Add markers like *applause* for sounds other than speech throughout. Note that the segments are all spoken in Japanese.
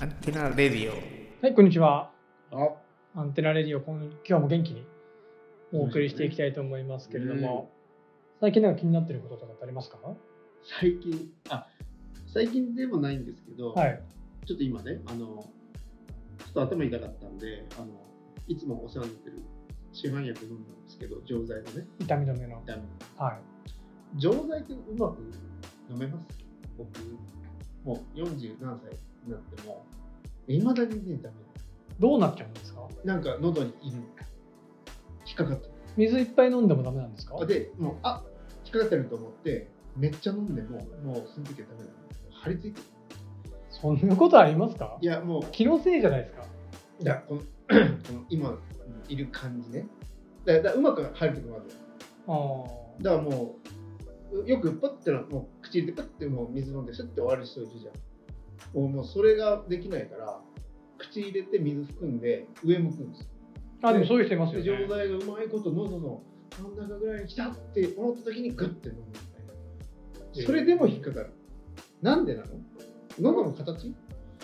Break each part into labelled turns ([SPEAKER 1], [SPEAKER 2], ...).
[SPEAKER 1] アンテナレディオ。
[SPEAKER 2] はい、こんにちは。
[SPEAKER 3] あ、
[SPEAKER 2] アンテナレディオ、こん今日も元気にお送りしていきたいと思いますけれども、最近なんか気になってることとかってありますか
[SPEAKER 3] 最近、あ、最近でもないんですけど、
[SPEAKER 2] はい。
[SPEAKER 3] ちょっと今ね、あの、ちょっと頭痛かったんで、あの、いつもお世話になってる市販薬飲んだんですけど、錠剤のね、
[SPEAKER 2] 痛み止めの。
[SPEAKER 3] ダメ。
[SPEAKER 2] は
[SPEAKER 3] 錠剤ってうまく飲めます僕、もう47歳になっても、いまだにね、ダメ。
[SPEAKER 2] い。どうなっちゃうんですか
[SPEAKER 3] なんか喉にいる引っかかって
[SPEAKER 2] 水いっぱい飲んでもダメなんですか
[SPEAKER 3] る。で、もう、あ引っかかってると思って、めっちゃ飲んでも、もうその時はダメだ。張り付いてる。
[SPEAKER 2] そんなことありますか
[SPEAKER 3] いや、もう、
[SPEAKER 2] 気のせいじゃないですか
[SPEAKER 3] いやこの *clears throat* この今いる感じねだだうまく入るとこもある
[SPEAKER 2] あー
[SPEAKER 3] だからもうよくパッてのもう口入れてパッてもう水飲んでシュッて終わる人いるじゃんもうもうそれができないから口入れて水含んで上向くんですよ
[SPEAKER 2] あ。でもそういう人います
[SPEAKER 3] で
[SPEAKER 2] よ
[SPEAKER 3] 錠
[SPEAKER 2] ね。
[SPEAKER 3] 剤がうまいこと喉の真ん中ぐらいに来たって思った時にグッて飲むみたいなそれでも引っかかるなんでなの喉の形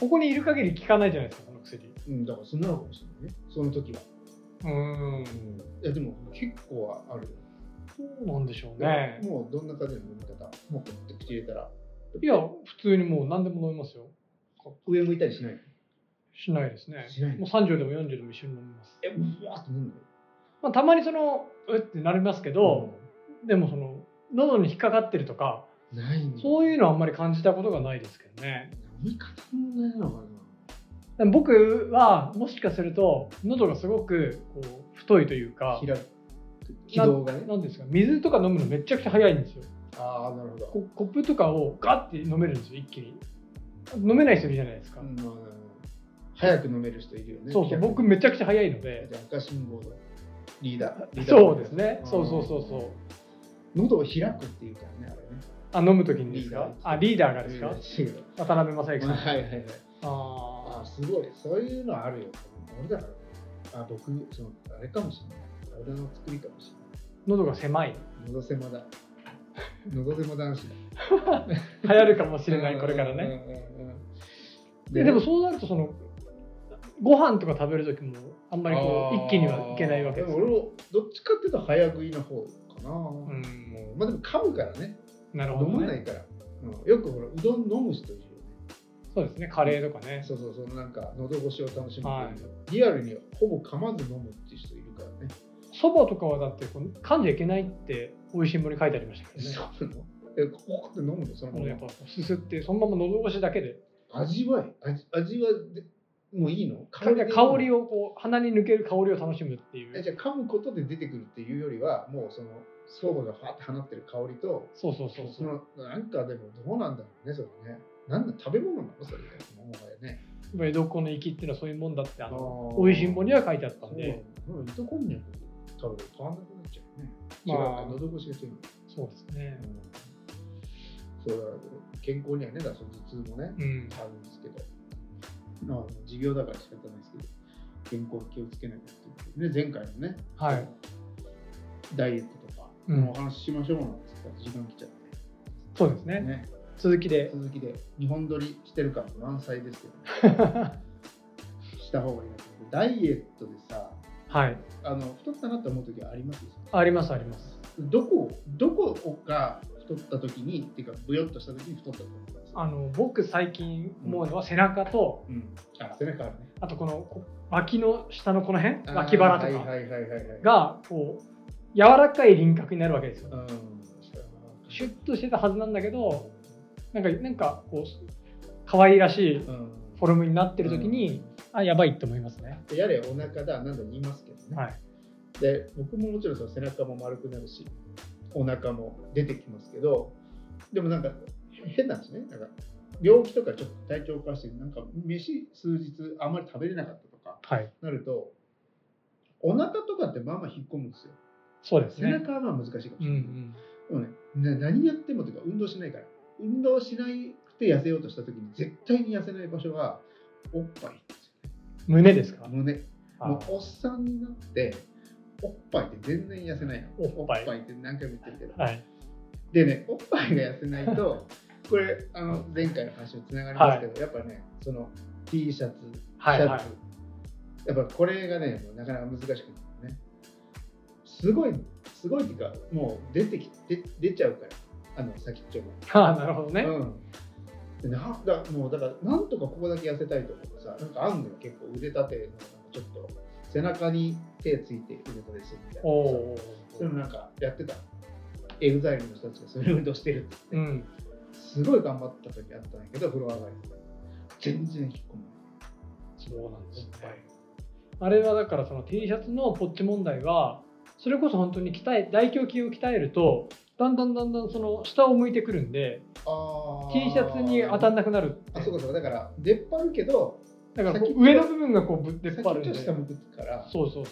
[SPEAKER 2] ここにいる限り効かないじゃないですか、この薬。う
[SPEAKER 3] うんだからそんなのかもしれないねその時は
[SPEAKER 2] ーん。
[SPEAKER 3] いやでも結構はあるよ
[SPEAKER 2] そうなんでしょうね。
[SPEAKER 3] もうどんな風の飲み方、もうこうやって口入れたら、
[SPEAKER 2] いや、普通にもう何でも飲みますよ。
[SPEAKER 3] 上向いたりしない。
[SPEAKER 2] しないですね。
[SPEAKER 3] しない
[SPEAKER 2] もう30でも40でも一緒に飲みます。
[SPEAKER 3] え、うわーって飲んで。
[SPEAKER 2] まあ、たまにそのうってなりますけど、でもその喉に引っかかってるとか
[SPEAKER 3] うんないね。
[SPEAKER 2] そう
[SPEAKER 3] う。
[SPEAKER 2] いうのはあんまり感じたことがないですけどね
[SPEAKER 3] 飲み方問題なのかな。
[SPEAKER 2] でも僕はもしかすると喉がすごくこう太いというか
[SPEAKER 3] 開く。軌道がね。
[SPEAKER 2] なんですか水とか飲むのめちゃくちゃ早いんですよ
[SPEAKER 3] ああ、なるほど。
[SPEAKER 2] ココップとかをガッて飲めるんですよ一気に飲めない人いるじゃないですか、
[SPEAKER 3] うんまあ早く飲める人いるよね。
[SPEAKER 2] そうそう
[SPEAKER 3] 逆に
[SPEAKER 2] 僕。めちゃくちゃ早いので
[SPEAKER 3] じゃあ赤信号のリーダー。リーダー
[SPEAKER 2] そうですね
[SPEAKER 3] うん
[SPEAKER 2] そうそうそうそう
[SPEAKER 3] 喉を開くっていうからね、あれね。
[SPEAKER 2] あ飲む時にですか
[SPEAKER 3] リーダー
[SPEAKER 2] あリーダーがですか、
[SPEAKER 3] 違う
[SPEAKER 2] 渡辺正行さん、
[SPEAKER 3] はいはいはい。
[SPEAKER 2] あ
[SPEAKER 3] あ
[SPEAKER 2] ー
[SPEAKER 3] ーすごいそういうのあるよ俺だからあ僕そのあれかもしれない体の作りかもし
[SPEAKER 2] 喉が狭い
[SPEAKER 3] れないのど狭だのど狭男子だ
[SPEAKER 2] 流行るかもしれないこれからね
[SPEAKER 3] うんうんうんうん
[SPEAKER 2] ででもそうなるとそのご飯とか食べる時もあんまりこ
[SPEAKER 3] あー
[SPEAKER 2] う一気にはいけないわけです
[SPEAKER 3] も
[SPEAKER 2] よ
[SPEAKER 3] 俺もどっちかっていうと早食いの方かな、
[SPEAKER 2] う
[SPEAKER 3] も
[SPEAKER 2] ん
[SPEAKER 3] うまあでも噛むからね
[SPEAKER 2] なるほ
[SPEAKER 3] 飲
[SPEAKER 2] ど
[SPEAKER 3] まな
[SPEAKER 2] ね
[SPEAKER 3] いから、うんよくほらうどん飲む人いるよね
[SPEAKER 2] そうですねカレーとかね
[SPEAKER 3] そうそうそうなんか喉越しを楽しむ
[SPEAKER 2] は
[SPEAKER 3] っていう、リアルにほぼ噛まず飲むっていう人いるからね
[SPEAKER 2] そばとかはだってこう噛んじゃいけないって美味しいものに書いてありましたけどね
[SPEAKER 3] うなのえここって飲むのその
[SPEAKER 2] あ
[SPEAKER 3] ま
[SPEAKER 2] の
[SPEAKER 3] ま
[SPEAKER 2] やっぱすすってそのまま喉越しだけで
[SPEAKER 3] 味わい味味はでもういいの
[SPEAKER 2] 香り
[SPEAKER 3] でいいの
[SPEAKER 2] をこう鼻に抜ける香りを楽しむってい
[SPEAKER 3] え
[SPEAKER 2] う
[SPEAKER 3] じゃあ噛むことで出てくるっていうよりはもうその相場がファーって放ってる香りと
[SPEAKER 2] そうそうそうそう
[SPEAKER 3] のなんかでもどうなんだろうねそれねなんだ食べ物なのそれねもはやね
[SPEAKER 2] やっぱ江戸っ子の粋っていうのはそういうもんだってあの
[SPEAKER 3] お
[SPEAKER 2] 美味しいもんに
[SPEAKER 3] や
[SPEAKER 2] は書いてあったんで
[SPEAKER 3] うん糸こんにゃく食べると変わんなくなっちゃうよね違う
[SPEAKER 2] まあ
[SPEAKER 3] 喉越しが強いの
[SPEAKER 2] そうですね
[SPEAKER 3] そうだから健康にはねだからその頭痛もね、
[SPEAKER 2] うん
[SPEAKER 3] あるんですけど、まあ、持病だから仕方ないですけど、健康気をつけなきゃっていうで、前回のね、
[SPEAKER 2] はい
[SPEAKER 3] ダイエットとか、
[SPEAKER 2] うん
[SPEAKER 3] お話ししましょうなんですか、時間来ちゃっ
[SPEAKER 2] そうです
[SPEAKER 3] て、
[SPEAKER 2] ね
[SPEAKER 3] ね、
[SPEAKER 2] 続き
[SPEAKER 3] *laughs*
[SPEAKER 2] で
[SPEAKER 3] 続きで、日本撮りしてる感満載ですけど、した方がいいなと思って、ダイエットでさ、
[SPEAKER 2] はい
[SPEAKER 3] あの太ったなって思う時はありますよ
[SPEAKER 2] ありますあります
[SPEAKER 3] どこどこが太った時に、っていうか、ぶよっとした時に太ったと思います
[SPEAKER 2] あの僕最近思うのは背中と、
[SPEAKER 3] うん、あ背中あるね。
[SPEAKER 2] あとこのこ脇の下のこの辺
[SPEAKER 3] あー
[SPEAKER 2] 脇腹と
[SPEAKER 3] は
[SPEAKER 2] か
[SPEAKER 3] いはいはいはいはい、
[SPEAKER 2] がこう柔らかい輪郭になるわけですよ
[SPEAKER 3] うん、
[SPEAKER 2] シュッとしてたはずなんだけどなんかなんかこう可愛らしい
[SPEAKER 3] うん
[SPEAKER 2] フォルムになってる時に、あやばいって思いますね
[SPEAKER 3] やれお腹だなんだ言いますけどね、
[SPEAKER 2] はい
[SPEAKER 3] で僕ももちろんその背中も丸くなるしお腹も出てきますけどでもなんか変なんですねなんか病気とかちょっと体調おかしいなんか飯数日あんまり食べれなかったとか
[SPEAKER 2] はい
[SPEAKER 3] なるとお腹とかってまあまあ引っ込むんですよ
[SPEAKER 2] そうです
[SPEAKER 3] 背
[SPEAKER 2] ね
[SPEAKER 3] 中はまあ難しいかもし
[SPEAKER 2] う
[SPEAKER 3] れ
[SPEAKER 2] んう
[SPEAKER 3] ない、
[SPEAKER 2] ん
[SPEAKER 3] でもねな何やってもというか運動しないから運動しなくて痩せようとした時に絶対に痩せない場所はおっぱい
[SPEAKER 2] 胸ですか
[SPEAKER 3] 胸もう
[SPEAKER 2] あ
[SPEAKER 3] おっさんになって、おっぱいって全然痩せないの。
[SPEAKER 2] おっぱい
[SPEAKER 3] って何回も言ってるけど。
[SPEAKER 2] はい
[SPEAKER 3] でね、おっ
[SPEAKER 2] *laughs*
[SPEAKER 3] ぱいが痩せないと、これ、あの前回の話につながりますけど、やっぱね、その T シャツ、
[SPEAKER 2] はい
[SPEAKER 3] シャツ、
[SPEAKER 2] はい
[SPEAKER 3] やっぱこれがね、もうなかなか難しくなるよね。すごい、すごいっていうか、もう出てきて出ちゃうから、あの先っちょも。
[SPEAKER 2] ああなるほどね、
[SPEAKER 3] うんでなだもうだからなんとかここだけ痩せたいとかさなんかあんのよ結構腕立てのなんかちょっと背中に手ついて腕立てするみたいな
[SPEAKER 2] おお
[SPEAKER 3] それもなんかやってたエグザイルの人たちがそういう運動してるって
[SPEAKER 2] う
[SPEAKER 3] 言って、
[SPEAKER 2] ん
[SPEAKER 3] すごい頑張った時あったんやけど風呂上がり全然引っ込
[SPEAKER 2] そうなんですね
[SPEAKER 3] まない、
[SPEAKER 2] あれはだからその T シャツのポッチ問題はそれこそ本当に鍛え大胸筋を鍛えるとだんだんだんだんその下を向いてくるんで
[SPEAKER 3] あ
[SPEAKER 2] T シャツに当たん
[SPEAKER 3] っ
[SPEAKER 2] なくなるって
[SPEAKER 3] あそうかそうかだから出っ張るけど
[SPEAKER 2] だからこ
[SPEAKER 3] 先っち
[SPEAKER 2] う
[SPEAKER 3] ょ
[SPEAKER 2] 上の部分がこうぶっ出
[SPEAKER 3] 先
[SPEAKER 2] っ
[SPEAKER 3] っ
[SPEAKER 2] 張るん
[SPEAKER 3] ち
[SPEAKER 2] で
[SPEAKER 3] ょ下
[SPEAKER 2] そ
[SPEAKER 3] 向くから
[SPEAKER 2] うそうそ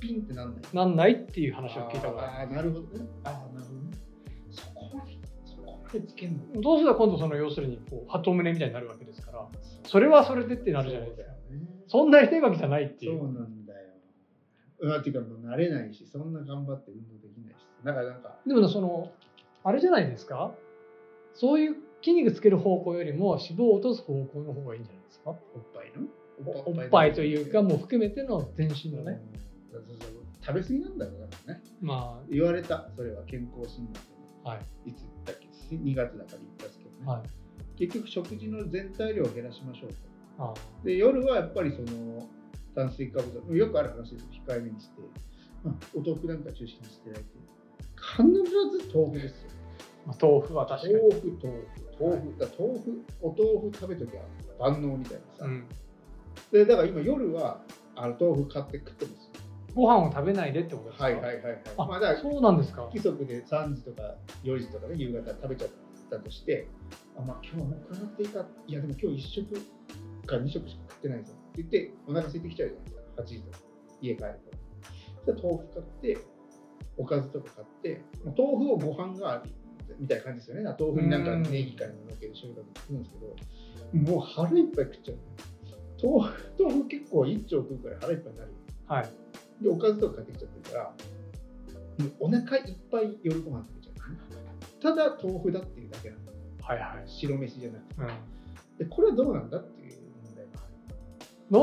[SPEAKER 3] ピンってなんないう
[SPEAKER 2] なんないっていう話を聞いたから
[SPEAKER 3] あーなるほどね。あーなるほどね。そこまで、そこまでつけんの
[SPEAKER 2] どうすれば今度その要するにこう鳩胸みたいになるわけですからそれはそれでってなるじゃないですか
[SPEAKER 3] そう
[SPEAKER 2] そんなにしていわけじゃないって
[SPEAKER 3] だ
[SPEAKER 2] い
[SPEAKER 3] よね。
[SPEAKER 2] う
[SPEAKER 3] そうなんだよ。うわ、っていうか、もう慣れないし、そんな頑張って運動できないし。だから、なんか、
[SPEAKER 2] でもねそのあれじゃないですかそういう筋肉つける方向よりも脂肪を落とす方向の方がいいんじゃないですか
[SPEAKER 3] おっぱいの
[SPEAKER 2] おっぱいというかもう
[SPEAKER 3] う
[SPEAKER 2] 含めての全身
[SPEAKER 3] ん
[SPEAKER 2] のね、
[SPEAKER 3] そうそうそう食べ過ぎなんだろうからね。
[SPEAKER 2] ま
[SPEAKER 3] 言われた、それは健康診断
[SPEAKER 2] あはい
[SPEAKER 3] で。いつだっけ ?2 月だから言ったんですけどね。
[SPEAKER 2] はい
[SPEAKER 3] 結局、食事の全体量を減らしましょうと。
[SPEAKER 2] あ
[SPEAKER 3] で夜はやっぱりその炭水化物よくある話です控えめにして、まあ、お豆腐なんか中心にしていただいて必ず豆腐ですよ
[SPEAKER 2] まあ豆腐は確かに
[SPEAKER 3] 豆腐豆腐豆腐だから豆腐お豆腐食べときゃ万能みたいなさ、
[SPEAKER 2] うん、
[SPEAKER 3] でだから今夜はあの豆腐買って食ってます
[SPEAKER 2] ご飯を食べないでってことですか
[SPEAKER 3] はいはいはいはい
[SPEAKER 2] あ、
[SPEAKER 3] まあだから
[SPEAKER 2] そうなんですか
[SPEAKER 3] 規則で3時とか4時とかね夕方食べちゃったとしてあまあ今日はもう食らっていいかいやでも今日1食か2食しか食ってないぞって言ってお腹空いてきちゃうじゃないですか8時とか家帰るとそしたら豆腐買っておかずとか買ってまあ豆腐をご飯代わりみたいな感じですよね豆腐になんか
[SPEAKER 2] うん
[SPEAKER 3] ネギからのっける収穫作るんですけどもう腹いっぱい食っちゃう豆腐豆腐結構1丁食うから腹いっぱいになる
[SPEAKER 2] はい
[SPEAKER 3] でおかずとか買ってきちゃってるからもうお腹いっぱい夜ご飯食べちゃうのねただ豆腐だっていうだけなの
[SPEAKER 2] はいはい、
[SPEAKER 3] 白飯じゃなくて
[SPEAKER 2] うん、
[SPEAKER 3] でこれはどうなんだっていう問題も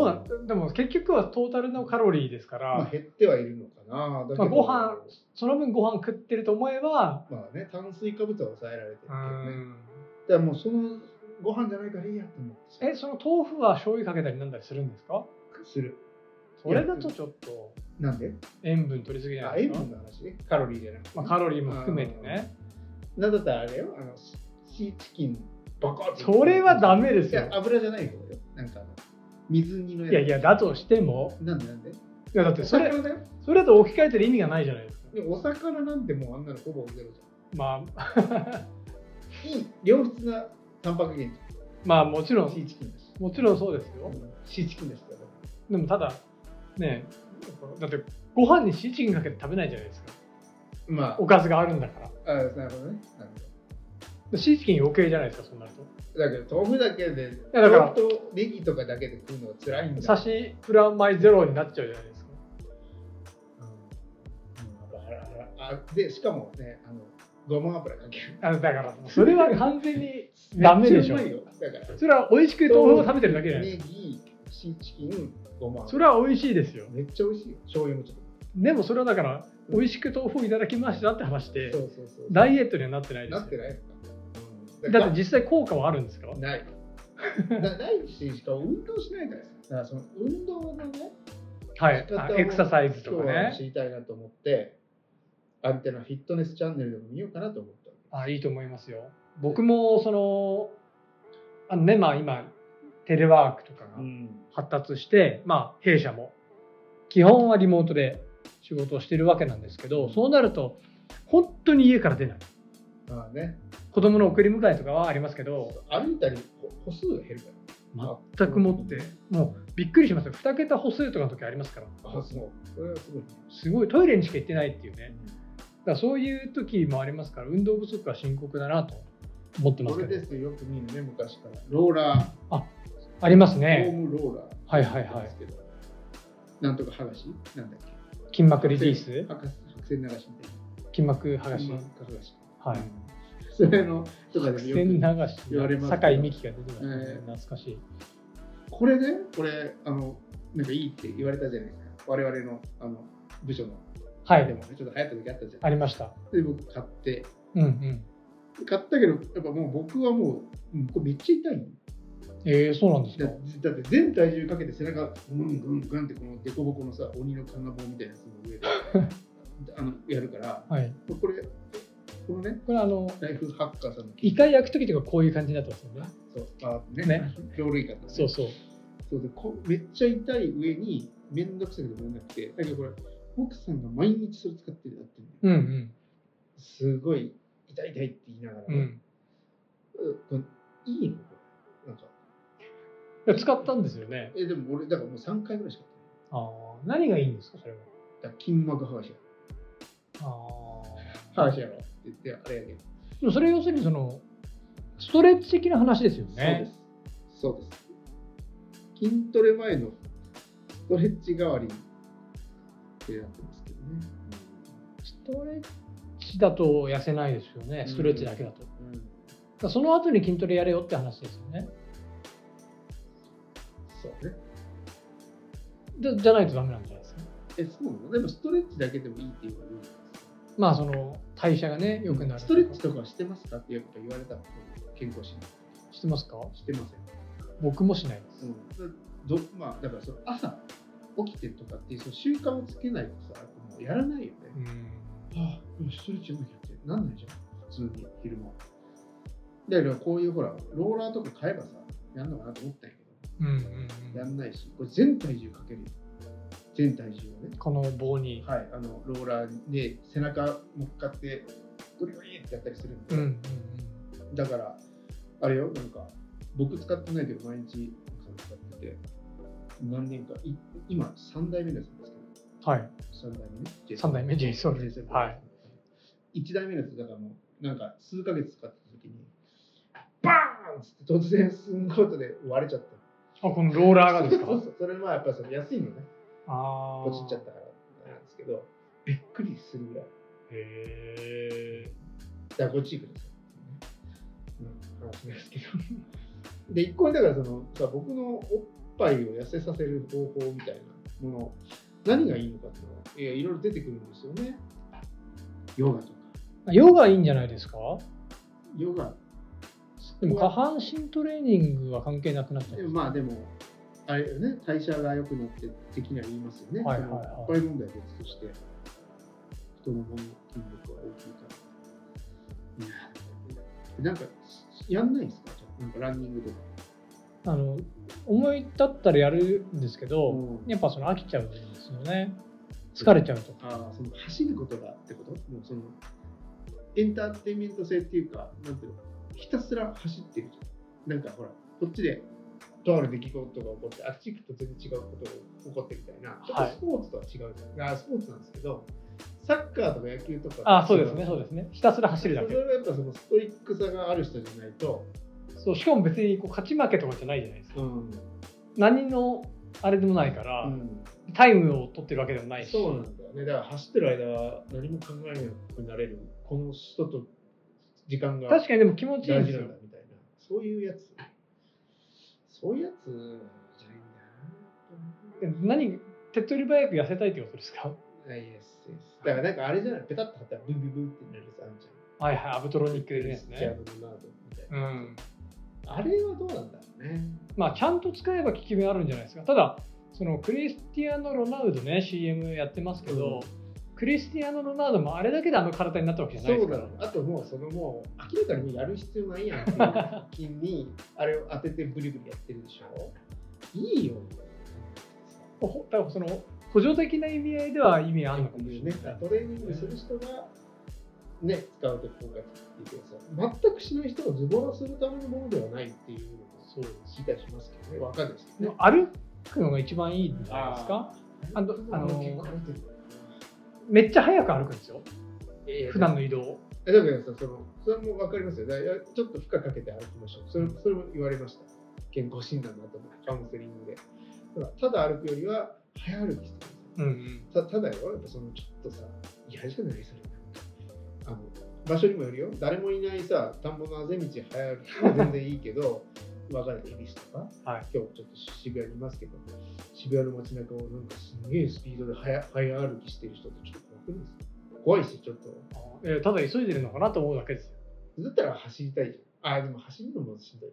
[SPEAKER 3] ある
[SPEAKER 2] どうなんでも結局はトータルのカロリーですから、
[SPEAKER 3] まあ、減ってはいるのかなだけど、
[SPEAKER 2] まあご飯その分ご飯食ってると思えば
[SPEAKER 3] まあね炭水化物は抑えられてるけ
[SPEAKER 2] う
[SPEAKER 3] どね
[SPEAKER 2] ん
[SPEAKER 3] だからもうそのご飯じゃないからいいやと思って
[SPEAKER 2] えその豆腐は醤油かけたりなんだりするんですか
[SPEAKER 3] する
[SPEAKER 2] それだとちょっと
[SPEAKER 3] なんで
[SPEAKER 2] 塩分取りすぎじゃ
[SPEAKER 3] あ
[SPEAKER 2] ない
[SPEAKER 3] 塩
[SPEAKER 2] ですか
[SPEAKER 3] 分の話ねカロリーじゃなくて、
[SPEAKER 2] まあ、カロリーも含めてね
[SPEAKER 3] なんだったらあれよあのシシーチキンバカッと
[SPEAKER 2] それはダメですよ
[SPEAKER 3] いや油じゃない方よなんかあの水煮のやつ
[SPEAKER 2] いやいやだとしても
[SPEAKER 3] なんでなんで
[SPEAKER 2] いやだってそれ
[SPEAKER 3] お魚だよ
[SPEAKER 2] それだと置き換えてる意味がないじゃないですか
[SPEAKER 3] でもお魚なんてもうあんなのほぼゼロじ
[SPEAKER 2] まあ
[SPEAKER 3] ゃんいい良質なタンパク源じ
[SPEAKER 2] まあもちろ
[SPEAKER 3] ゃんシ
[SPEAKER 2] ん
[SPEAKER 3] ーチキンだし
[SPEAKER 2] もちろんそうですよ
[SPEAKER 3] シーチキンだしだから
[SPEAKER 2] でもただねだってご飯にシーチキンかけて食べないじゃないですか
[SPEAKER 3] ま
[SPEAKER 2] おかずがあるんだから
[SPEAKER 3] ああなるほどねなる
[SPEAKER 2] でシーチキン余計じゃないですかそうなると
[SPEAKER 3] ほどだけど豆腐だけで
[SPEAKER 2] やだから
[SPEAKER 3] 豆腐とネギとかだけで食うのは辛いんだ
[SPEAKER 2] 差しプラマイゼロになっちゃうじゃないですか
[SPEAKER 3] うんうんあらあらあでしかもねあのごま油かける
[SPEAKER 2] あのだからそれは完全にダメでしょ
[SPEAKER 3] めっちゃうまいよだから
[SPEAKER 2] それは美味しく豆腐を食べてるだけじゃない
[SPEAKER 3] ネギシーチキンごま油
[SPEAKER 2] それは美味しいですよ
[SPEAKER 3] めっちゃ美味しいよ醤油もちょっ
[SPEAKER 2] でもそれはだから美味しく豆腐をいただきましたって話で
[SPEAKER 3] とそうそうそう
[SPEAKER 2] ダイエットにはなってないで
[SPEAKER 3] な
[SPEAKER 2] す
[SPEAKER 3] って
[SPEAKER 2] よ
[SPEAKER 3] ないうん
[SPEAKER 2] だって実際効果はあるんですか
[SPEAKER 3] ない。なないし、しかも運動しないからです。だからその運動のね、
[SPEAKER 2] はい
[SPEAKER 3] 仕方
[SPEAKER 2] あ
[SPEAKER 3] を
[SPEAKER 2] エクササイズとか
[SPEAKER 3] 今日は
[SPEAKER 2] ね
[SPEAKER 3] 知りたいなと思って、アンテナフィットネスチャンネルでも見ようかなと思った。
[SPEAKER 2] あいいと思いますよ僕もそのあのねまあ今テレワークとかが
[SPEAKER 3] ん。
[SPEAKER 2] 発達して、まあ、弊社も基本はリモートで仕事をしてるわけなんですけどそうなると本当に家から出ない
[SPEAKER 3] まあね、
[SPEAKER 2] 子供の送り迎えとかはありますけど
[SPEAKER 3] 歩いたり歩歩数が減るか
[SPEAKER 2] 全くもってもうびっくりしますよ2桁歩数とかの時ありますから
[SPEAKER 3] ら。あ、そう。それはすごいね。
[SPEAKER 2] すごいトイレにしか行ってないっていうねだからそういう時もありますから運動不足は深刻だなと思ってま
[SPEAKER 3] こ
[SPEAKER 2] すけ
[SPEAKER 3] れ
[SPEAKER 2] ど
[SPEAKER 3] ですよ、よく見るね、昔から。ローラー、
[SPEAKER 2] あります
[SPEAKER 3] ホー
[SPEAKER 2] ね
[SPEAKER 3] ムローラー。
[SPEAKER 2] はいはいはい
[SPEAKER 3] ですけど。なんとか剥がしなんだっけ
[SPEAKER 2] 筋膜リリース
[SPEAKER 3] 白線白線流しみたい
[SPEAKER 2] 筋膜剥
[SPEAKER 3] な。
[SPEAKER 2] がし
[SPEAKER 3] 剥がし。
[SPEAKER 2] はい
[SPEAKER 3] うん。それの、とかでも
[SPEAKER 2] 白
[SPEAKER 3] よく
[SPEAKER 2] 線流し
[SPEAKER 3] 言われますけど
[SPEAKER 2] 酒井美紀が出てましたね
[SPEAKER 3] ええ
[SPEAKER 2] 懐かしい
[SPEAKER 3] これね、これ、あの、なんかいいって言われたじゃないですか。我々の、あの、部署の。
[SPEAKER 2] は
[SPEAKER 3] で
[SPEAKER 2] い
[SPEAKER 3] もね、ちょっと流行った時あったじゃ
[SPEAKER 2] あ
[SPEAKER 3] ない
[SPEAKER 2] りました
[SPEAKER 3] で、僕買って。
[SPEAKER 2] うんうん
[SPEAKER 3] 買ったけど、やっぱもう僕はもう、うんこれめっちゃ痛いの。
[SPEAKER 2] えー、そうなんです
[SPEAKER 3] だ
[SPEAKER 2] か
[SPEAKER 3] だって全体重かけて背中グングングンってこの凸凹のさ鬼の金棒みたいなやつの上で
[SPEAKER 2] *laughs*
[SPEAKER 3] あのやるから
[SPEAKER 2] はい
[SPEAKER 3] これこのね
[SPEAKER 2] これあの
[SPEAKER 3] ライフハッカーさんの
[SPEAKER 2] 一回焼く時とかこういう感じになってますよね
[SPEAKER 3] そうあね
[SPEAKER 2] ね
[SPEAKER 3] 魚類かとかね
[SPEAKER 2] そうそう
[SPEAKER 3] そうでこめっちゃ痛い上にめんどくさくてもんなくてだけどこれ奥さんが毎日それ使ってるやってる
[SPEAKER 2] うんうん
[SPEAKER 3] すごい痛い痛いって言いながら、
[SPEAKER 2] うん
[SPEAKER 3] うんこれいいのこれなんか
[SPEAKER 2] いや使ったんですよね
[SPEAKER 3] えでも俺だからもう3回ぐらいしかやってない
[SPEAKER 2] ああ何がいいんですかそれは
[SPEAKER 3] だから筋膜剥がし
[SPEAKER 2] あ
[SPEAKER 3] や
[SPEAKER 2] あ
[SPEAKER 3] ろ剥がしやろって言ってあれやけど
[SPEAKER 2] でもそれ要するにそのストレッチ的な話ですよ
[SPEAKER 3] そうで
[SPEAKER 2] ね。
[SPEAKER 3] す。そうです。筋トレ前のストレッチ代わりってなってますけどね。
[SPEAKER 2] ストレッチだと痩せないですよね、ストレッチだけだと。だか
[SPEAKER 3] うん、
[SPEAKER 2] らその後に筋トレやれよって話ですよね。
[SPEAKER 3] そうね。
[SPEAKER 2] でじゃないとダメなんじゃないですか。
[SPEAKER 3] え、そうなのでもストレッチだけでもいいっていうのは言うんです
[SPEAKER 2] まあその代謝がね、良くなる。
[SPEAKER 3] ストレッチとかしてますかってやっぱ言われたら健康診断
[SPEAKER 2] してますか
[SPEAKER 3] してません。
[SPEAKER 2] 僕もしないです。
[SPEAKER 3] うん、どまあだからその朝起きてとかっていうその習慣をつけないとさ、もうやらないよね。
[SPEAKER 2] うん。
[SPEAKER 3] ああ、ストレッチやんなきゃってなんないじゃん、普通に昼間。だけど、こういうほら、ローラーとか買えばさ、やんのかなと思ったんやけ
[SPEAKER 2] うんうん
[SPEAKER 3] ど、
[SPEAKER 2] う
[SPEAKER 3] や
[SPEAKER 2] ん、
[SPEAKER 3] んないし、これ全体重かけるよ。全体重をね。
[SPEAKER 2] この棒に。
[SPEAKER 3] はい、あの、ローラーで背中乗っかって、ゴリゴリってやったりするんで、
[SPEAKER 2] うんうんうん。
[SPEAKER 3] だから、あれよ、なんか、僕使ってないけど、毎日なんか使ってて、何年か、い今、3代目のやつなんです
[SPEAKER 2] はい。
[SPEAKER 3] けど、3代目ね。
[SPEAKER 2] 三代目 J ソウルです。はい。
[SPEAKER 3] い。1代目のやつ、だからもう、なんか数ヶ月使ってた時に、バーンっつって突然すんごい音で割れちゃった。
[SPEAKER 2] あ、このローラーがですか
[SPEAKER 3] そうそうそれまあやっぱその安いのね、
[SPEAKER 2] ああ。
[SPEAKER 3] ポチっちゃったからなんですけど、びっくりするぐらい。
[SPEAKER 2] へえ。
[SPEAKER 3] だからご注意ください。うん、話ですけど。で、一個目だからそのさ、僕のおっぱいを痩せさせる方法みたいなもの、何がいいのかっていうのは、いやいろいろ出てくるんですよね。ヨガとか。
[SPEAKER 2] ヨガいいんじゃないですか
[SPEAKER 3] ヨガ。
[SPEAKER 2] でも下半身トレーニングは関係なくなっちゃ
[SPEAKER 3] で
[SPEAKER 2] う
[SPEAKER 3] も。まあでも、あれよね、代謝が良くなって的には言いますよね。
[SPEAKER 2] はいはいはい
[SPEAKER 3] そのおっぱい問題は別として、太ももの筋力は大きいから。いやなんか、やんないんですかじゃあなんかランニングとか。
[SPEAKER 2] あの思い立ったらやるんですけど、
[SPEAKER 3] うん
[SPEAKER 2] やっぱその飽きちゃうんですよね疲れちゃうと
[SPEAKER 3] ああ、その走ることがってこともうそのエンターテインメント性っていうか、なんていうの、ひたすら走ってるじゃん。なんかほら、こっちで、とある出来事が起こって、あっち行くと全然違うことが起こってみたいな、ちょっ
[SPEAKER 2] はい
[SPEAKER 3] とスポーツとは違うじゃん。あスポーツなんですけど、サッカーとか野球とか。
[SPEAKER 2] あそうですねそうですねひたすら走るだ
[SPEAKER 3] それ
[SPEAKER 2] け
[SPEAKER 3] はやっぱそのストイックさがある人じゃないと、
[SPEAKER 2] そうしかも別にこう勝ち負けとかじゃないじゃないですか
[SPEAKER 3] うん、
[SPEAKER 2] 何のあれでもないから、
[SPEAKER 3] うん
[SPEAKER 2] タイムを取ってるわけでもないし
[SPEAKER 3] そうなんだよね。だから走ってる間は何も考えなくなれる、この人と時間が。
[SPEAKER 2] 確かにでも気持ちいいん
[SPEAKER 3] 大事
[SPEAKER 2] です
[SPEAKER 3] な
[SPEAKER 2] よ
[SPEAKER 3] んだみたいなそういうやつそういうやつじゃないんだ
[SPEAKER 2] 何手っ取り早く痩せたいってことですか
[SPEAKER 3] なあイエスイエスだからなんかあれじゃないペタッと貼ったらブンブンブンってなるやつあるじゃ
[SPEAKER 2] はいはいアブトロニック
[SPEAKER 3] ん
[SPEAKER 2] です
[SPEAKER 3] ジャ
[SPEAKER 2] ね
[SPEAKER 3] ブロナードみたいな
[SPEAKER 2] うん
[SPEAKER 3] あれはどうなんだろうね
[SPEAKER 2] まあちゃんと使えば効き目あるんじゃないですかただそのクリスティアーノ・ロナウドね CM やってますけど、
[SPEAKER 3] うん
[SPEAKER 2] クリスティアーノ・ロナウドもあれだけであの体になったわけじゃないで
[SPEAKER 3] そう
[SPEAKER 2] すか
[SPEAKER 3] だ
[SPEAKER 2] ら
[SPEAKER 3] ろうあともうそのもう明らかにもうやる必要ないやんっていう気にあれを当ててブリブリやってるでしょいいよ
[SPEAKER 2] ほだからその補助的な意味合いでは意味あるのかもしれ
[SPEAKER 3] ね、
[SPEAKER 2] ない、
[SPEAKER 3] トレーニングする人が、ね、使うと効果的でさ、全くしない人がズボラするためのものではないっていうのも
[SPEAKER 2] そうです
[SPEAKER 3] 聞いたりしますけどね、わかるんないですけ
[SPEAKER 2] で
[SPEAKER 3] ど
[SPEAKER 2] も
[SPEAKER 3] ね。
[SPEAKER 2] 歩くのが一番いいんじゃないですかあのあの
[SPEAKER 3] 結構歩いてる
[SPEAKER 2] めっちゃ早く歩くんですよ
[SPEAKER 3] いや
[SPEAKER 2] 普段の移動を
[SPEAKER 3] えだけどさその、それもわかりますよ、だからいやちょっと負荷かけて歩きましょう、それそれも言われました、健康診断の後のカウンセリングで。ほらただ歩くよりは早歩きしてください。
[SPEAKER 2] うんうん
[SPEAKER 3] たただよ、やっぱそのちょっとさ、嫌じゃないそれあの場所にもよるよ、誰もいないさ、田んぼのあぜ道早歩きは全然いいけど、 *laughs* 若い恵比寿とか、
[SPEAKER 2] はい
[SPEAKER 3] 今日ちょっと渋谷にいますけど、渋谷の街中をなんかすげえスピードで早早歩きしてる人ってちょっと怖くないですか怖いし、ちょっと。
[SPEAKER 2] えーただ急いでるのかなと思うだけですよ
[SPEAKER 3] だったら走りたいじゃん。ああ、でも走るのもしんどい。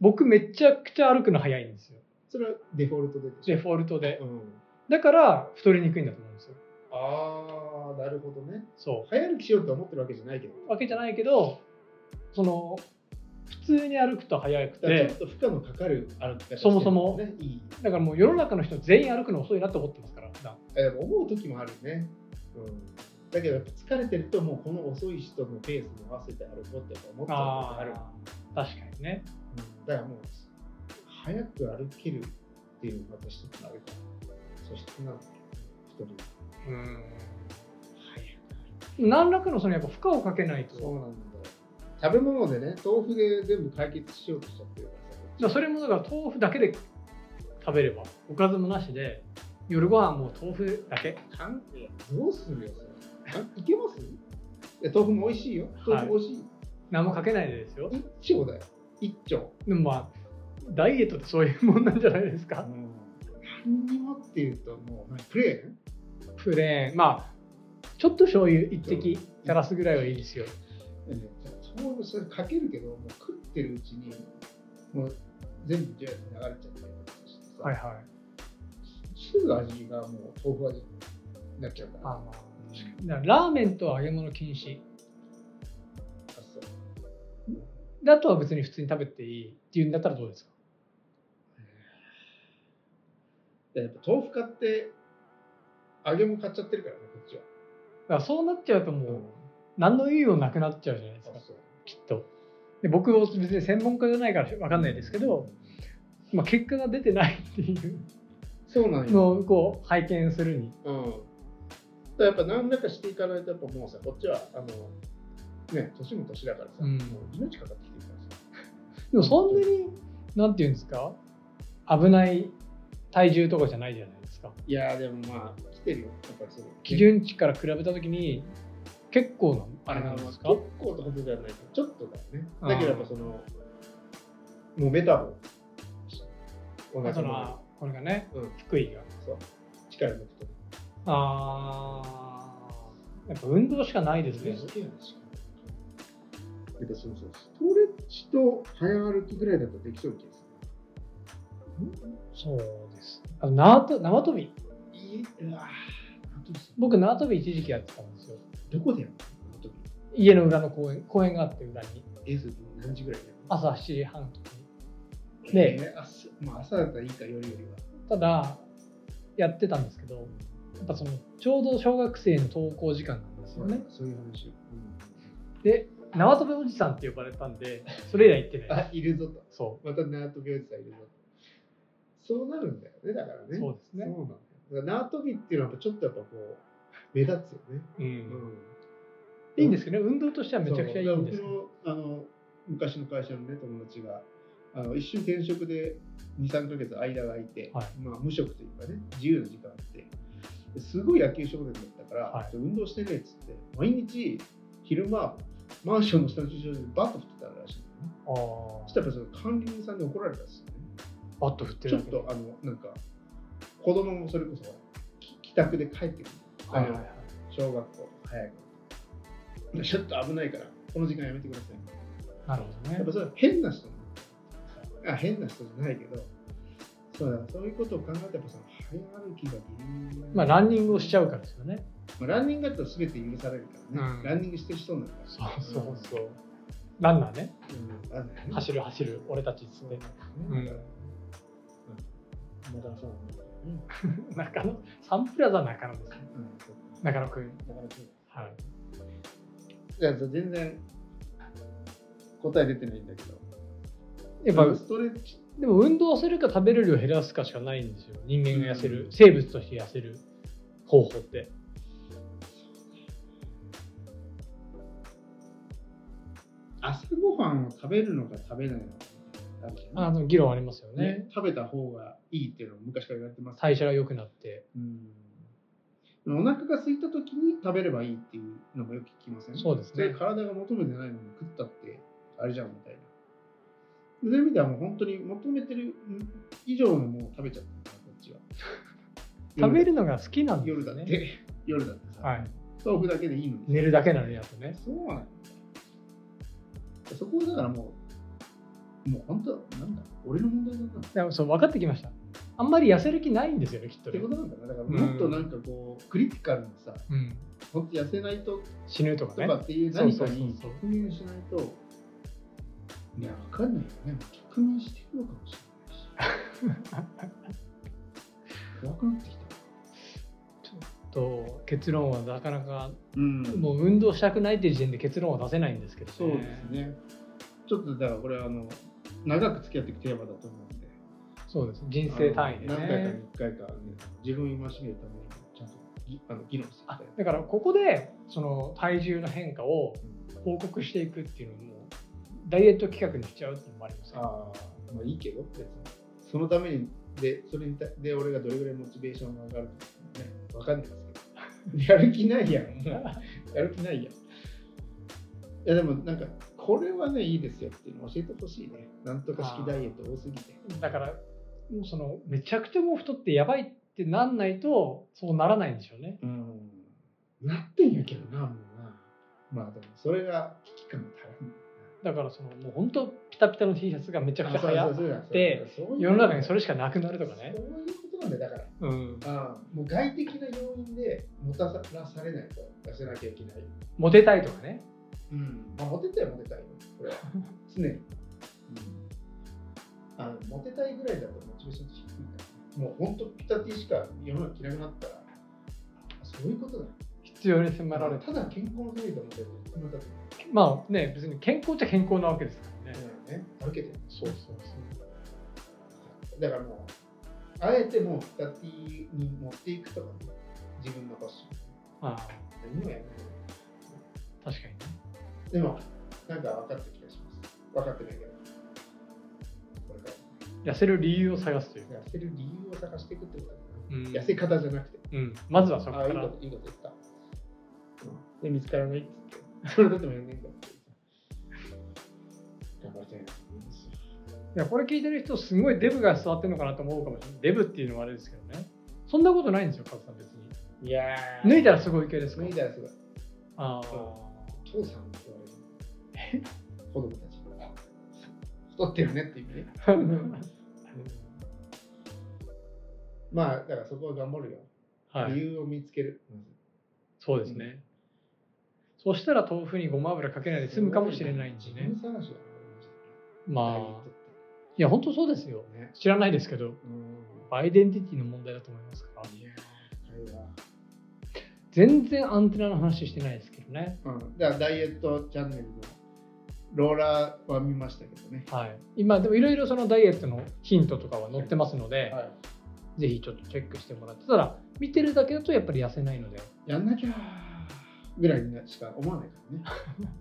[SPEAKER 2] 僕めちゃくちゃ歩くの早いんですよ
[SPEAKER 3] それはデフォルトででし
[SPEAKER 2] デ
[SPEAKER 3] ょ
[SPEAKER 2] フォルトで
[SPEAKER 3] うん。
[SPEAKER 2] だから太りにくいんだと思うんですよ
[SPEAKER 3] ああ、なるほどね。
[SPEAKER 2] そ
[SPEAKER 3] 早歩きしようとは思ってるわけじゃないけど。
[SPEAKER 2] うわけじゃないけどその普通に歩くと早く
[SPEAKER 3] だからちょ
[SPEAKER 2] て
[SPEAKER 3] っと負荷のかかる歩き方してるんだね
[SPEAKER 2] そもそも
[SPEAKER 3] いい。
[SPEAKER 2] だからもう世の中の人全員歩くの遅いなと思ってますから普段
[SPEAKER 3] えー思う時もあるね、うん、だけどやっぱ疲れてるともうこの遅い人のペースに合わせて歩こうってやっぱ思っちゃうことある
[SPEAKER 2] あー確かにね
[SPEAKER 3] うん、だからもう早く歩けるっていうのがまた一つあるからそしてな一人
[SPEAKER 2] うん
[SPEAKER 3] 早
[SPEAKER 2] 何らかのそのやっぱ負荷をかけない
[SPEAKER 3] くそう
[SPEAKER 2] と
[SPEAKER 3] なんだよ食べ物でね豆腐で全部解決しようとしちゃってるから
[SPEAKER 2] だから
[SPEAKER 3] さ
[SPEAKER 2] それもだから豆腐だけで食べればおかずもなしで夜ご飯もう豆腐だけ
[SPEAKER 3] かんいやどうするよそれあいけますいや豆腐も美味しいよ豆腐美味しい、
[SPEAKER 2] 何もかけないでですよ
[SPEAKER 3] 一丁だよ一丁
[SPEAKER 2] でもまあダイエットってそういうもんなんじゃないですか
[SPEAKER 3] 何にもっていうともう何プレーン
[SPEAKER 2] プレーンまあちょっと醤油一滴垂らすぐらいはいいですよ
[SPEAKER 3] うんそうそれかけるけどもう食ってるうちにもう全部ジュース流れちゃってさ
[SPEAKER 2] はいはい
[SPEAKER 3] すぐ味がもう豆腐味になっちゃうから
[SPEAKER 2] あのだからラーメンと揚げ物禁止
[SPEAKER 3] あそう
[SPEAKER 2] だとは別に普通に食べていいっていうんだったらどうですか
[SPEAKER 3] でやっぱ豆腐買って揚げも買っちゃってるからねこっちは、
[SPEAKER 2] だからそうなっちゃうともう何の意味もなくなっちゃうじゃないですか
[SPEAKER 3] あそう
[SPEAKER 2] きっとで僕は別に専門家じゃないから分かんないですけど、まあ、結果が出てないっていう
[SPEAKER 3] そうなんよ、
[SPEAKER 2] のをこう拝見するに
[SPEAKER 3] うん、だからやっぱ何らかしていかないとやっぱもうさこっちはあのね年も年だからさ、
[SPEAKER 2] うん
[SPEAKER 3] もう命かかってきてるからさ
[SPEAKER 2] でもそんなになんていうんですか危ない体重とかじゃないじゃないですか
[SPEAKER 3] いやーでもまあ来てるよやっぱりその
[SPEAKER 2] 基準値から比べた時に結構なあれなんですか
[SPEAKER 3] あの結構ってことではないけどちょっとだよねだけどやっぱそのもうメタボ同
[SPEAKER 2] だ
[SPEAKER 3] じ
[SPEAKER 2] か
[SPEAKER 3] も
[SPEAKER 2] ら
[SPEAKER 3] の
[SPEAKER 2] これがね、
[SPEAKER 3] うん
[SPEAKER 2] 福井が
[SPEAKER 3] そう力抜くと
[SPEAKER 2] あーやっぱ運動しかないですね
[SPEAKER 3] だけどそのそうストレッチと早歩きぐらいだったらできそうな気がす
[SPEAKER 2] そうですあ縄と縄跳び
[SPEAKER 3] るいいうわ
[SPEAKER 2] 僕縄跳び一時期やってたんですよ
[SPEAKER 3] どこでやるの
[SPEAKER 2] 家の裏の公園公園があって裏に
[SPEAKER 3] えそれ何時ぐらいでやる
[SPEAKER 2] 朝7時半の時に
[SPEAKER 3] の
[SPEAKER 2] で
[SPEAKER 3] えー朝まあ朝だったらいいか夜よりは
[SPEAKER 2] ただやってたんですけどやっぱそのちょうど小学生の登校時間なんですよね
[SPEAKER 3] そういう話を、
[SPEAKER 2] で縄跳びおじさんって呼ばれたんでそれ以来行って
[SPEAKER 3] うん
[SPEAKER 2] ない
[SPEAKER 3] あいるぞと
[SPEAKER 2] そ
[SPEAKER 3] また縄跳びおじさんいるぞそうなるんだよねだから
[SPEAKER 2] う
[SPEAKER 3] ね
[SPEAKER 2] そうですね
[SPEAKER 3] そうなんだよだから縄跳びっていうのはちょっとやっぱこう目立つよね、
[SPEAKER 2] う
[SPEAKER 3] うん
[SPEAKER 2] いいんですけどね運動としてはめちゃくちゃいいんですけど
[SPEAKER 3] そうだから僕のあの昔の会社のね友達があの一瞬転職で23ヶ月間が空いて、
[SPEAKER 2] はい
[SPEAKER 3] まあ、無職というかね自由な時間あってすごい野球少年だったから、
[SPEAKER 2] はい
[SPEAKER 3] 運動してねえっつって毎日昼間マンションの下の駐車場でバット振ってたらしいんだよねそ
[SPEAKER 2] あ
[SPEAKER 3] し
[SPEAKER 2] ー
[SPEAKER 3] たらその管理人さんに怒られたらしいね
[SPEAKER 2] バット振って
[SPEAKER 3] ちょ
[SPEAKER 2] る
[SPEAKER 3] っ
[SPEAKER 2] だけで
[SPEAKER 3] とあのなんか子供もそれこそき帰宅で帰ってくる
[SPEAKER 2] はいはいはい
[SPEAKER 3] 小学校早くちょっと危ないからこの時間やめてください
[SPEAKER 2] なるほど
[SPEAKER 3] や
[SPEAKER 2] ね
[SPEAKER 3] っぱそれは変な人あ変な人じゃないけどそうだそういうことを考えてやっぱその早歩きが原因
[SPEAKER 2] まあ
[SPEAKER 3] ラ
[SPEAKER 2] ランニングをしちゃうからですよね
[SPEAKER 3] まあ、ランニングだったら全て許されるからね、
[SPEAKER 2] うん
[SPEAKER 3] ランニングしてる人になるから
[SPEAKER 2] そうそうそうランナーね
[SPEAKER 3] うん、あんだよね
[SPEAKER 2] 走る走る俺たちっつって
[SPEAKER 3] そうなんだよねだからうんだからそうなんだよね
[SPEAKER 2] 中野サンプラザ中野ですね
[SPEAKER 3] うんそう
[SPEAKER 2] 中野くん
[SPEAKER 3] だからそう
[SPEAKER 2] はい
[SPEAKER 3] いや全然答え出てないんだけど
[SPEAKER 2] やっぱ
[SPEAKER 3] ストレッチ
[SPEAKER 2] でも運動するか食べる量を減らすかしかないんですよ人間が痩せる、
[SPEAKER 3] うん
[SPEAKER 2] 生物として痩せる方法って
[SPEAKER 3] 朝ごはんを食べるのか食べないのかあるじゃ
[SPEAKER 2] あ
[SPEAKER 3] ん
[SPEAKER 2] の議論ありますよね
[SPEAKER 3] ね食べた方がいいっていうのを昔から言われてます
[SPEAKER 2] 代謝が良くなって
[SPEAKER 3] うんお腹が空いた時に食べればいいっていうのもよく聞きません
[SPEAKER 2] そうですね
[SPEAKER 3] れ体が求めてないのに食ったってあれじゃんみたいなそういう意味ではもう本当に求めてる以上のものを食べちゃったこっち
[SPEAKER 2] *laughs*
[SPEAKER 3] は
[SPEAKER 2] 食べるのが好きなんで
[SPEAKER 3] 夜
[SPEAKER 2] す
[SPEAKER 3] だっ
[SPEAKER 2] ね。
[SPEAKER 3] て夜だってさ、
[SPEAKER 2] はい。
[SPEAKER 3] 豆腐だけでいいのに
[SPEAKER 2] 寝るだけなのにやつね。
[SPEAKER 3] そうなんだそこはだからもうもう本当なんだ俺の問題なんだな
[SPEAKER 2] でもそう分かってきました。あんまり痩せる気ないんですよね、きっと
[SPEAKER 3] って
[SPEAKER 2] ね
[SPEAKER 3] こ。となんだなだからもっとなんかこう、クリティカルなさ
[SPEAKER 2] うん。
[SPEAKER 3] 本当痩せないと
[SPEAKER 2] 死ぬとか
[SPEAKER 3] と
[SPEAKER 2] ね
[SPEAKER 3] か。っていう
[SPEAKER 2] そう
[SPEAKER 3] 何
[SPEAKER 2] そ
[SPEAKER 3] か
[SPEAKER 2] うそう
[SPEAKER 3] に
[SPEAKER 2] そう
[SPEAKER 3] 直面しないといや分かんないよね直面してるのかもしれ
[SPEAKER 2] *laughs*
[SPEAKER 3] ないし怖くなってきた
[SPEAKER 2] と結論はなかなか
[SPEAKER 3] うん
[SPEAKER 2] もう運動したくないっていう時点で結論は出せないんですけど、
[SPEAKER 3] そうです。ねちょっとだからこれはあの長く付き合っていくテーマだと思うんで
[SPEAKER 2] そうです。人生単位で
[SPEAKER 3] あの何回か
[SPEAKER 2] ね
[SPEAKER 3] に。1回か、ね、自分を戒めるためにちゃんとぎあの議論していきた
[SPEAKER 2] あ
[SPEAKER 3] い
[SPEAKER 2] だからここでその体重の変化を
[SPEAKER 3] うん
[SPEAKER 2] 報告していくっていうのもダイエット企画にしちゃうっていうのもありますね
[SPEAKER 3] あーまあいいけど別にそのためにでそれに対で俺がどれぐらいモチベーションが上がるかね分かんない
[SPEAKER 2] *laughs*
[SPEAKER 3] ですけどやる気ないやんもうやる気ないやんいやでもなんかこれはねいいですよっていうの教えてほしいねなんとか式ダイエット多すぎて
[SPEAKER 2] だからもうそのめちゃくちゃもう太ってやばいってなんないとそうならないんでしょうね。
[SPEAKER 3] うんなってんやけどなもうなまあでもそれが危機感が足らん
[SPEAKER 2] だからそのもう本当ピタピタの T シャツがめちゃくちゃ流行っ
[SPEAKER 3] で
[SPEAKER 2] て世の中にそれしかなくなるとかね
[SPEAKER 3] そ。ういうことなんだよだから
[SPEAKER 2] うん、
[SPEAKER 3] ああもう外的な要因で持たさらされないと出せなきゃいけない
[SPEAKER 2] モテたいとかね。
[SPEAKER 3] うんまあモテたいモテたいよこ
[SPEAKER 2] *laughs*
[SPEAKER 3] れは常に、うん、あのモテたいぐらいだとモチベーション低いからもうほんとピタティしか世の中着なくなったらそういうことだよ
[SPEAKER 2] 必要に迫られて。
[SPEAKER 3] ただ健康のためにと思ってると思ったと
[SPEAKER 2] まあね別に健康っちゃ健康なわけですからね。
[SPEAKER 3] 思うね歩けてる
[SPEAKER 2] そうそう
[SPEAKER 3] だからもうあえてもうピタティに持っていくとか自分の場所
[SPEAKER 2] ああ
[SPEAKER 3] 何もやらない
[SPEAKER 2] 確かにね。
[SPEAKER 3] でも、なんか分かった気がします。分かってないけど。これか
[SPEAKER 2] 痩せる理由を探すというか。
[SPEAKER 3] ら。痩せる理由を探していくってことだ
[SPEAKER 2] う
[SPEAKER 3] な、
[SPEAKER 2] ん
[SPEAKER 3] 痩せ方じゃなくて。
[SPEAKER 2] うん、まずはそこ
[SPEAKER 3] ああ、
[SPEAKER 2] か
[SPEAKER 3] いいこ
[SPEAKER 2] ら。
[SPEAKER 3] と、いいこと言った。うんで、見つからないって言って。それだってもやんねんだって。 *laughs* 頑張りたいなと思いますよ。
[SPEAKER 2] いやこれ聞いてる人すごいデブが座ってるのかなと思うかもしれないデブっていうのはあれですけどねそんなことないんですよカズさん別に
[SPEAKER 3] いやー。
[SPEAKER 2] 脱いだらすごい系ですか
[SPEAKER 3] 脱いだらすごい。
[SPEAKER 2] あ *laughs*
[SPEAKER 3] 父さんって言われる。子供たちに。太ってるねっていうね。
[SPEAKER 2] あ
[SPEAKER 3] まあ、だからそこは頑張るよ。
[SPEAKER 2] は
[SPEAKER 3] 理
[SPEAKER 2] い
[SPEAKER 3] 由を見つける。まず
[SPEAKER 2] そうですね、そしたら豆腐にごま油かけないで済むかもしれないんでね
[SPEAKER 3] 自分探しだね
[SPEAKER 2] まあいや本当そうですよ
[SPEAKER 3] ね。
[SPEAKER 2] 知らないですけど
[SPEAKER 3] うん。
[SPEAKER 2] アイデンティティの問題だと思いますから
[SPEAKER 3] いやー、会話。
[SPEAKER 2] 全然アンテナの話してないですけどね
[SPEAKER 3] うん。だからダイエットチャンネルのローラーは見ましたけどね。
[SPEAKER 2] はい今でもいろいろそのダイエットのヒントとかは載ってますので、
[SPEAKER 3] は
[SPEAKER 2] ぜひちょっとチェックしてもらってたら見てるだけだとやっぱり痩せないので
[SPEAKER 3] い。やんなきゃーぐらいにしか思わないからね。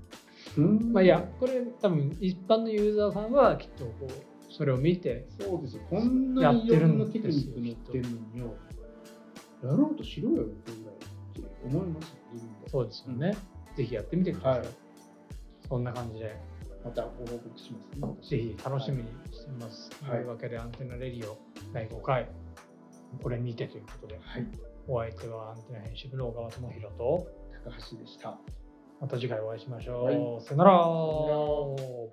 [SPEAKER 2] *laughs*
[SPEAKER 3] うん
[SPEAKER 2] まあいや。これ多分一般のユーザーさんはきっとこうそれを見て
[SPEAKER 3] そうですよ。こんなにいろんなテクニック載ってんのによ。やろうとしろよってぐらいって思いますよ、自分で
[SPEAKER 2] そうですよね、ぜひやってみてください、
[SPEAKER 3] はい
[SPEAKER 2] そんな感じで
[SPEAKER 3] またご報告しますね。
[SPEAKER 2] ぜひ楽しみにしてます、
[SPEAKER 3] はい
[SPEAKER 2] というわけでアンテナレディオ第5回これにてということで
[SPEAKER 3] はい。
[SPEAKER 2] お相手はアンテナ編集部の小川智弘と
[SPEAKER 3] 高橋でした。
[SPEAKER 2] また次回お会いしましょう、
[SPEAKER 3] はい
[SPEAKER 2] さよなら
[SPEAKER 3] よ